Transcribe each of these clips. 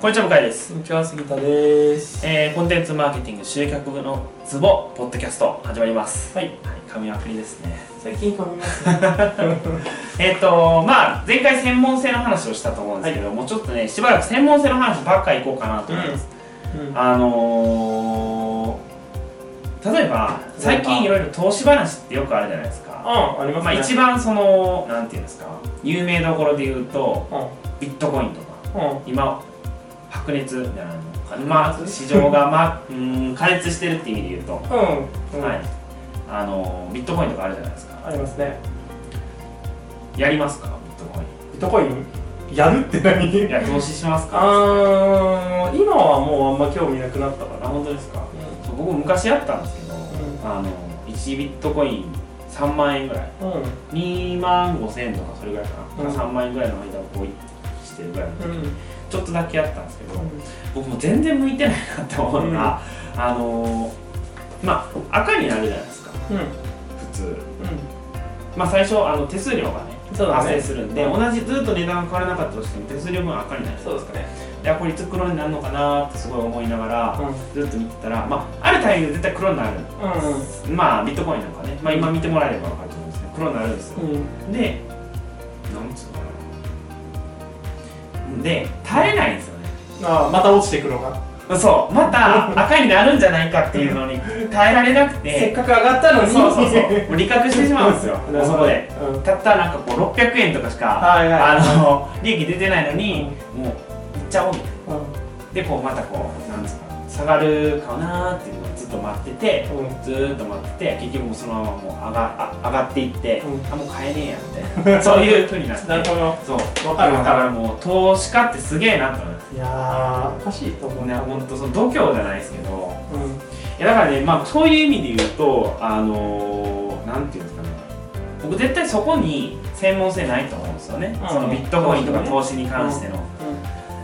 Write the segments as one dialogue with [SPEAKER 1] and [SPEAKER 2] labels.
[SPEAKER 1] こんにちは向井です、
[SPEAKER 2] こんにちは、杉田です。
[SPEAKER 1] えー、コンテンツマーケティング集客のツボポッドキャスト始まります
[SPEAKER 2] はい、
[SPEAKER 1] はい紙アプリですね
[SPEAKER 2] 最近噛みますね。
[SPEAKER 1] えっ、とまあ前回専門性の話をしたと思うんですけど、もうちょっとねしばらく専門性の話ばっかりいこうかなと思います、
[SPEAKER 2] うん、
[SPEAKER 1] あのー、例えば最近いろいろ投資話ってよくあるじゃないですか
[SPEAKER 2] ありますね。
[SPEAKER 1] まあ、一番そのなんていうんですか有名どころで言うと
[SPEAKER 2] 番。
[SPEAKER 1] ビットコインとか
[SPEAKER 2] うん、
[SPEAKER 1] 今白熱みたいなのかなまあ市場が、まあ、うーん過熱してるっていう意味で言うと、
[SPEAKER 2] うん、うん、
[SPEAKER 1] はいあのビットコインとかあるじゃないですか
[SPEAKER 2] ありますね。
[SPEAKER 1] やりますかビットコイン
[SPEAKER 2] ビットコイン。やるって
[SPEAKER 1] い
[SPEAKER 2] 何。
[SPEAKER 1] や投資しますか
[SPEAKER 2] あー、今はもうあんま興味なくなったか
[SPEAKER 1] あ
[SPEAKER 2] ら。
[SPEAKER 1] 本当ですか
[SPEAKER 2] う
[SPEAKER 1] そう僕昔やったんですけど、
[SPEAKER 2] ん
[SPEAKER 1] あの1ビットコイン3万円ぐらい
[SPEAKER 2] ん、うん、
[SPEAKER 1] 2万5千円とかそれぐらいかな、
[SPEAKER 2] うん
[SPEAKER 1] 3万円ぐらいの間をこうしてるぐらいの時、
[SPEAKER 2] うん、
[SPEAKER 1] ちょっとだけやったんですけど、僕も全然向いてないなって思うのが、あのまあ赤になるじゃないですか
[SPEAKER 2] うん、
[SPEAKER 1] 普通まあ最初あの手数料がね
[SPEAKER 2] そうだね
[SPEAKER 1] 発生するんで、
[SPEAKER 2] うん
[SPEAKER 1] 同じずっと値段が変わらなかったとしても手数料分赤になる
[SPEAKER 2] そうですかね。
[SPEAKER 1] いやこれいつ黒になるのかなってすごい思いながら、ずっと見てたら、まあ、あるタイミングで絶対黒になる
[SPEAKER 2] う
[SPEAKER 1] まあビットコインなんかね、まあ、今見てもらえれば分かると思うんですけど黒になるんですよ、
[SPEAKER 2] ん、うん、
[SPEAKER 1] でなんつうのかなで耐えないんですよね
[SPEAKER 2] あー、また落ちていくのか。
[SPEAKER 1] そうまた赤になるんじゃないかっていうのに耐えられなく
[SPEAKER 2] せってかく上がったのに。
[SPEAKER 1] そうそうそうもう理覚してしまうんですよ
[SPEAKER 2] なる
[SPEAKER 1] そ
[SPEAKER 2] ほ
[SPEAKER 1] こ
[SPEAKER 2] ど
[SPEAKER 1] で。
[SPEAKER 2] うん
[SPEAKER 1] たったなんかこう600円とかしか、
[SPEAKER 2] はいはい
[SPEAKER 1] あの利益出てないのに、もう行っちゃおうみたいな
[SPEAKER 2] うん
[SPEAKER 1] でこうまたこうなんつうかな下がるかなーっていうのをずっと待ってて
[SPEAKER 2] うん
[SPEAKER 1] ずーっと待ってて結局もうそのままもう上があ上がっていって、
[SPEAKER 2] うん
[SPEAKER 1] あもう買えねえやみたいな そういうふうになって
[SPEAKER 2] なるほど。
[SPEAKER 1] そうだ
[SPEAKER 2] わかるわ
[SPEAKER 1] か
[SPEAKER 2] かる
[SPEAKER 1] らもう投資家ってすげえなと思います
[SPEAKER 2] いやー、おかしいと思
[SPEAKER 1] も
[SPEAKER 2] う
[SPEAKER 1] うね
[SPEAKER 2] な
[SPEAKER 1] ほんとその度胸じゃないですけど
[SPEAKER 2] うん。
[SPEAKER 1] いやだからね、まあ、そういう意味で言うと、あのーなんていうんですかね、僕、絶対そこに専門性ないと思うんですよね、
[SPEAKER 2] うん
[SPEAKER 1] そのビットコインとか
[SPEAKER 2] うん
[SPEAKER 1] 投資に関しての。
[SPEAKER 2] うん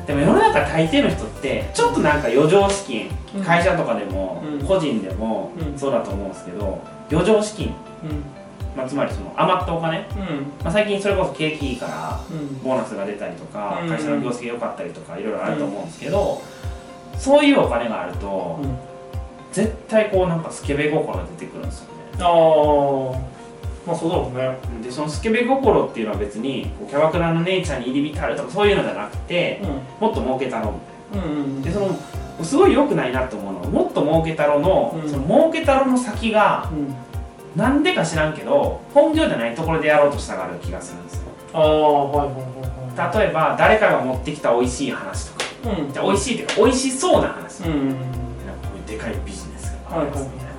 [SPEAKER 1] でも世の中、大抵の人って、ちょっとなんか余剰資金、
[SPEAKER 2] うん
[SPEAKER 1] 会社とかでも、
[SPEAKER 2] うん
[SPEAKER 1] 個人でも、
[SPEAKER 2] うん
[SPEAKER 1] そうだと思うんですけど、余剰資金、
[SPEAKER 2] う
[SPEAKER 1] まあ、つまりその余ったお金、
[SPEAKER 2] んうん
[SPEAKER 1] まあ、最近それこそ景気いいから、
[SPEAKER 2] うん
[SPEAKER 1] ボーナスが出たりとか、
[SPEAKER 2] うん
[SPEAKER 1] 会社の業績が良かったりとか、いろいろあると思うんですけど、そういうお金があると、
[SPEAKER 2] うん
[SPEAKER 1] 絶対こうなんかスケベ心が出てくるんですよね
[SPEAKER 2] ああまあそうだろうね
[SPEAKER 1] でそのスケベ心っていうのは別にこうキャバクラの姉ちゃんに入り浸るとかそういうのじゃなくてもっと儲けたろ
[SPEAKER 2] うんうんうん
[SPEAKER 1] でそのすごい良くないなと思うのはもっと儲けたろの、
[SPEAKER 2] うん
[SPEAKER 1] その儲けたろの先が
[SPEAKER 2] うん
[SPEAKER 1] なんでか知らんけど本業じゃないところでやろうとしたがる気がするんですよ
[SPEAKER 2] ああはいはいはいは
[SPEAKER 1] 例えば誰かが持ってきた美味しい話とか
[SPEAKER 2] いうん
[SPEAKER 1] じゃあ美味しいっていうか美味しそうな話
[SPEAKER 2] うんうんうん
[SPEAKER 1] なんかこういうでかいビジネスがあ
[SPEAKER 2] はい
[SPEAKER 1] りま
[SPEAKER 2] はい
[SPEAKER 1] すみたいな
[SPEAKER 2] は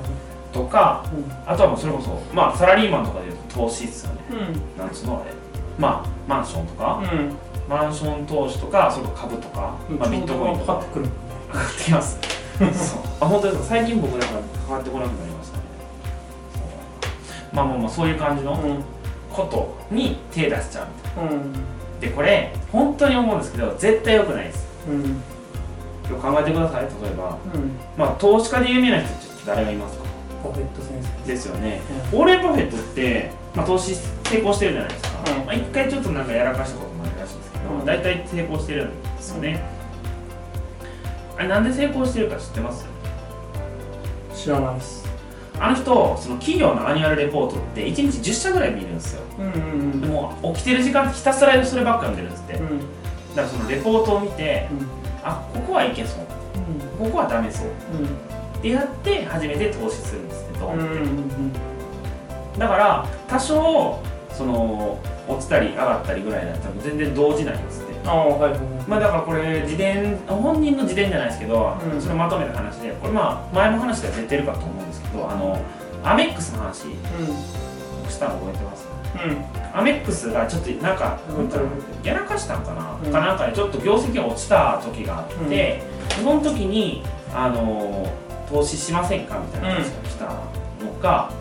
[SPEAKER 1] とか
[SPEAKER 2] い
[SPEAKER 1] あとはもうそれこそまあサラリーマンとかでいうと投資ですよね
[SPEAKER 2] うんうん
[SPEAKER 1] なんつうのあれまあマンションとか、
[SPEAKER 2] うん
[SPEAKER 1] マンション投資とかそれから株とか、まあ、ビットコインとか
[SPEAKER 2] かかってくる
[SPEAKER 1] 上がってきますそうあ本当ですか最近僕なんか変わってこなくなりましたねそうまあまあまあそういう感じの
[SPEAKER 2] うん
[SPEAKER 1] ことに手出しちゃう
[SPEAKER 2] うん
[SPEAKER 1] でこれ本当に思うんですけど絶対良くないです
[SPEAKER 2] うん
[SPEAKER 1] よく考えてください例えば
[SPEAKER 2] うん
[SPEAKER 1] まあ投資家で有名な人って誰がいますか
[SPEAKER 2] パペット先生
[SPEAKER 1] ですよねウォーレン・バフェットって、まあ、投資成功してるじゃないですか一、
[SPEAKER 2] うん
[SPEAKER 1] まあ、一回ちょっとなんかやらかしたこともあるらしいんですけど、
[SPEAKER 2] うん
[SPEAKER 1] 大体成功してるんですよね、あれなんで成功してるか知ってます
[SPEAKER 2] 知らないです
[SPEAKER 1] あの人その企業のアニュアルレポートって1日10社ぐらい見るんですよ
[SPEAKER 2] うんうんう
[SPEAKER 1] で
[SPEAKER 2] ん
[SPEAKER 1] も起きてる時間ってひたすらそればっか読んでるんですって
[SPEAKER 2] うん
[SPEAKER 1] だからそのレポートを見てあここはいけそうここはダメそうってやって初めて投資するんですけど、
[SPEAKER 2] うんうんうんうん
[SPEAKER 1] だから多少その落ちたり上がったりぐらいだったら全然動じないんですって
[SPEAKER 2] ああはいはいはい
[SPEAKER 1] まあだからこれ自伝本人の自伝じゃないですけど、
[SPEAKER 2] うん
[SPEAKER 1] それをまとめた話でこれまあ前の話では出てるかと思うんですけどあのアメックスの話したの覚えてます
[SPEAKER 2] うんうん
[SPEAKER 1] アメックスがちょっとなんか
[SPEAKER 2] うん
[SPEAKER 1] やらかしたんかな、
[SPEAKER 2] うん
[SPEAKER 1] かなんかでちょっと業績が落ちた時があって、
[SPEAKER 2] うん
[SPEAKER 1] でその時にあの投資しませんかみたいな話が来たのが、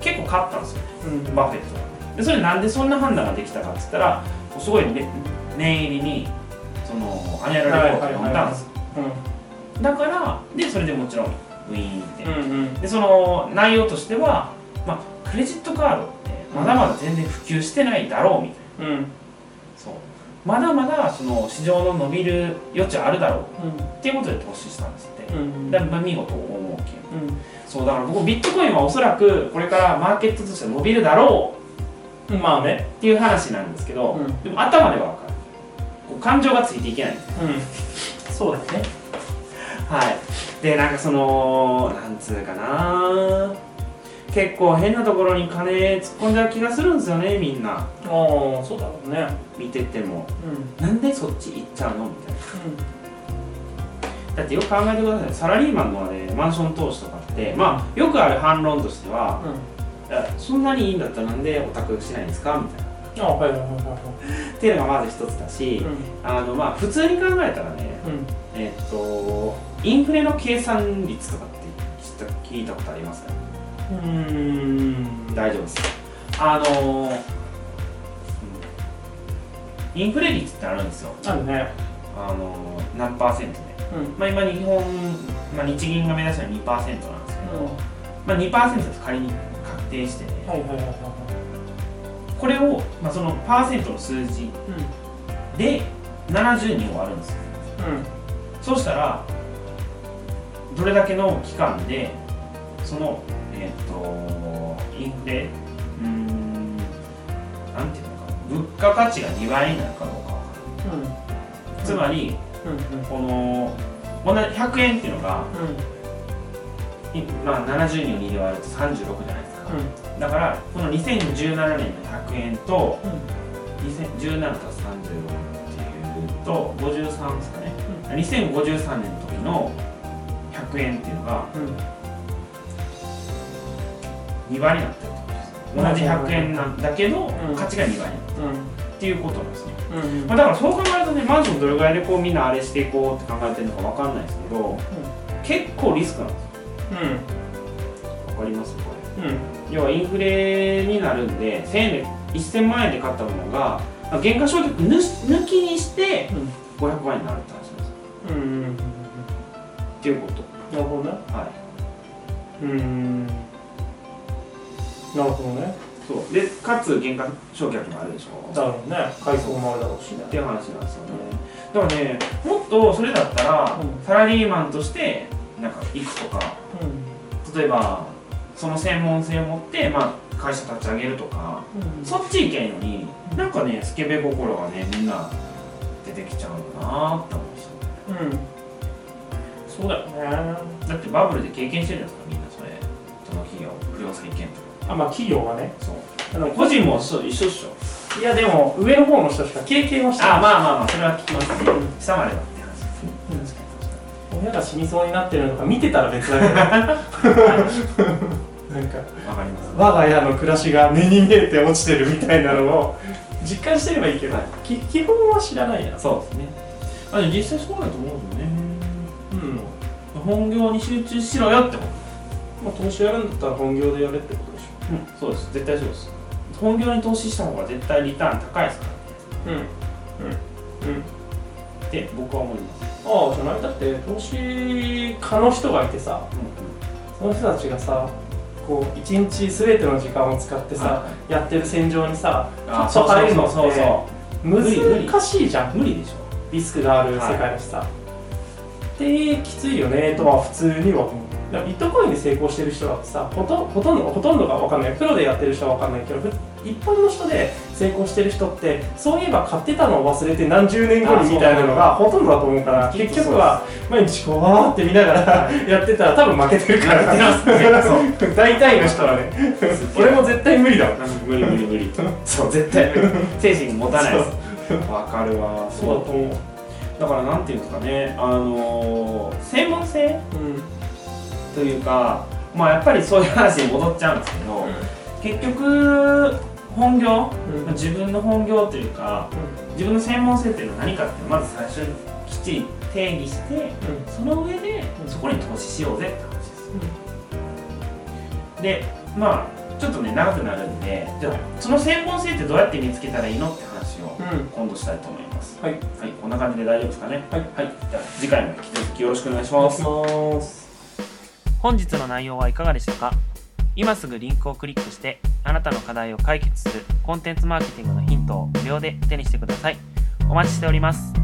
[SPEAKER 1] 結構勝ったんですよ
[SPEAKER 2] うん
[SPEAKER 1] バフェットがでそれなんでそんな判断ができたかっつったらすごい、ね、念入りにそのアニュアルレポートを読んだんですよだからでそれでもちろんウィーンって、
[SPEAKER 2] うんうんうん
[SPEAKER 1] でその内容としては、まあ、クレジットカードってまだまだ全然普及してないだろうみたいな
[SPEAKER 2] うん
[SPEAKER 1] そうまだまだその市場の伸びる余地あるだろう
[SPEAKER 2] う
[SPEAKER 1] っていうことで投資したんですって
[SPEAKER 2] んうん
[SPEAKER 1] だから見事大儲け
[SPEAKER 2] うん
[SPEAKER 1] そうだから僕ビットコインはおそらくこれからマーケットとして伸びるだろ
[SPEAKER 2] うんまあね
[SPEAKER 1] うっていう話なんですけど、
[SPEAKER 2] うん
[SPEAKER 1] でも頭では分かるこう感情がついていけない
[SPEAKER 2] うんそうだよね
[SPEAKER 1] はいでなんかそのなんつうかな結構変なところに金突っ込んじゃう気がするんですよねみんな
[SPEAKER 2] ああそうだろうね
[SPEAKER 1] 見てても
[SPEAKER 2] うん
[SPEAKER 1] なんでそっち行っちゃうのみたいなだってよく考えてくださいサラリーマンのねマンション投資とかってまあよくある反論としては
[SPEAKER 2] うんうん
[SPEAKER 1] いやそんなにいいんだったらなんでオタクしないんですかみたいな
[SPEAKER 2] あはいはいはいは
[SPEAKER 1] っていうのがまず一つだ
[SPEAKER 2] い
[SPEAKER 1] し
[SPEAKER 2] うん
[SPEAKER 1] あのまあ普通に考えたらね
[SPEAKER 2] うん
[SPEAKER 1] えっとインフレの計算率とかって聞いた聞いたことありますか
[SPEAKER 2] うーん
[SPEAKER 1] 大丈夫ですあのーうんインフレ率ってあるんですよ
[SPEAKER 2] あるね
[SPEAKER 1] あのー何パーセントで、
[SPEAKER 2] うん
[SPEAKER 1] まあ、今日本、まあ、日銀が目指したのは2%なんですけど、まあ、2%です仮に確定してね
[SPEAKER 2] はいはいはいはいは
[SPEAKER 1] これを、まあ、そのパーセントの数字
[SPEAKER 2] いうん
[SPEAKER 1] で70人を割るんですよ
[SPEAKER 2] うん
[SPEAKER 1] そうしたらどれだけの期間でそのえっ、とインフレうーんなんていうのかな物価価値が2倍になるかどうかわか
[SPEAKER 2] うん
[SPEAKER 1] んないつまり
[SPEAKER 2] うんうん
[SPEAKER 1] この同じ100円っていうのが、
[SPEAKER 2] うん
[SPEAKER 1] いまあ、70人を2で割ると36じゃないですか、だからこの2017年の100円と
[SPEAKER 2] うん
[SPEAKER 1] 2017足す35っていうと53ですかね、2053年の時の100円っていうのが
[SPEAKER 2] うん
[SPEAKER 1] 2倍になってるってことです
[SPEAKER 2] う
[SPEAKER 1] 同
[SPEAKER 2] ん
[SPEAKER 1] じ100円なんだけど
[SPEAKER 2] うん
[SPEAKER 1] 価値が2倍になる
[SPEAKER 2] うん
[SPEAKER 1] っていうことなんですね、
[SPEAKER 2] うん
[SPEAKER 1] まあ、だからそう考えるとねマンションどれぐらいでこうみんなあれしていこうって考えてるのかわかんないですけど結構リスクなんですよわかりますこれ
[SPEAKER 2] うんうん
[SPEAKER 1] 要はインフレになるんで1000円で1000万円で買ったものがまあ原価償却抜抜きにして500万円になるって話なんですよ
[SPEAKER 2] うんうん
[SPEAKER 1] っていうこと
[SPEAKER 2] なるほどね
[SPEAKER 1] はい
[SPEAKER 2] うんなるほどね
[SPEAKER 1] そうでかつ原価償却もあるでしょ
[SPEAKER 2] だろうね階層もあるだろうしね
[SPEAKER 1] っていう話なんですよねだからねもっとそれだったら、
[SPEAKER 2] うん
[SPEAKER 1] サラリーマンとしてなんか行くとか例えばその専門性を持って、まあ、会社立ち上げるとか
[SPEAKER 2] うん
[SPEAKER 1] そっち行けんのになんかねスケベ心がねみんな出てきちゃうなって思うんですよ
[SPEAKER 2] うんそうだよね
[SPEAKER 1] だってバブルで経験してるじゃないですかみんなそれその企業不良債権とか
[SPEAKER 2] あまあ企業はね
[SPEAKER 1] そう
[SPEAKER 2] あの
[SPEAKER 1] 個人もそう一緒っしょ
[SPEAKER 2] いやでも上の方の人しか経験はして
[SPEAKER 1] あ
[SPEAKER 2] な
[SPEAKER 1] あ
[SPEAKER 2] い
[SPEAKER 1] まあまあまあそれは聞きますね下まではって話ですね
[SPEAKER 2] うん
[SPEAKER 1] 確かに確かに
[SPEAKER 2] 親が死にそうになってるのか見てたら別だけ どなんか
[SPEAKER 1] わかります。
[SPEAKER 2] 我が家の暮らしが目に見えて落ちてるみたいなのを実感してればいいけど、
[SPEAKER 1] はい
[SPEAKER 2] き基本は知らないや
[SPEAKER 1] そうですね。あ、でも実際そうだと思うんだよね。
[SPEAKER 2] うんま
[SPEAKER 1] 本業に集中しろよってこと。
[SPEAKER 2] あ投資やるんだったら本業でやれってことでし
[SPEAKER 1] うん、そうです。絶対そうです。本業に投資した方が絶対リターン高いですか
[SPEAKER 2] ょうんうんうん
[SPEAKER 1] らって僕は思います。
[SPEAKER 2] ああじゃないだって投資家の人がいてさその人たちがさこう一日全ての時間を使ってさ、
[SPEAKER 1] は
[SPEAKER 2] やってる戦場にさ
[SPEAKER 1] あ、
[SPEAKER 2] ち
[SPEAKER 1] そ
[SPEAKER 2] ょ
[SPEAKER 1] う
[SPEAKER 2] っと
[SPEAKER 1] そ
[SPEAKER 2] 変え
[SPEAKER 1] う
[SPEAKER 2] るの
[SPEAKER 1] そう
[SPEAKER 2] っ
[SPEAKER 1] そう
[SPEAKER 2] て
[SPEAKER 1] そ無理無理
[SPEAKER 2] 難しいじゃん
[SPEAKER 1] う。無理でしょ。
[SPEAKER 2] リスクがある世界だしさ、できついよねとは普通には思うだからビットコインで成功してる人だってさほとんほとんどほとんどが分かんないプロでやってる人は分かんないけどふ一般の人で成功してる人ってそういえば買ってたのを忘れて何十年後にみたいなのがほとんどだと思うから
[SPEAKER 1] きっと
[SPEAKER 2] 結局は毎日こうわーって見ながら やってたら多分負けてるか
[SPEAKER 1] 負けてますね
[SPEAKER 2] ら 大体の人はね俺も絶対無理だわ
[SPEAKER 1] 無理無理無理。そう絶対無理。精神持たないです。わかるわ。
[SPEAKER 2] そうだと思う
[SPEAKER 1] だからなんていうんですかね、あのー専門性
[SPEAKER 2] うん
[SPEAKER 1] というか、まあやっぱりそういう話に戻っちゃうんですけど。結局本業
[SPEAKER 2] うん
[SPEAKER 1] 自分の本業というか自分の専門性っていうのは何かっていうのをまず最初にきっちり定義してその上で
[SPEAKER 2] うん
[SPEAKER 1] そこに投資しようぜって話ですでまあちょっとね長くなるんでじゃあその専門性ってどうやって見つけたらいいのって話を
[SPEAKER 2] うんうん
[SPEAKER 1] 今度したいと思います
[SPEAKER 2] はい
[SPEAKER 1] はいこんな感じで大丈夫ですかね
[SPEAKER 2] はい
[SPEAKER 1] じゃあ次回も引き続きよろしくお願いし
[SPEAKER 2] お願
[SPEAKER 1] ま
[SPEAKER 2] い
[SPEAKER 1] す
[SPEAKER 2] します
[SPEAKER 1] 本日の内容はいかがでしたか今すぐリンクをクリックしてあなたの課題を解決するコンテンツマーケティングのヒントを無料で手にしてくださいお待ちしております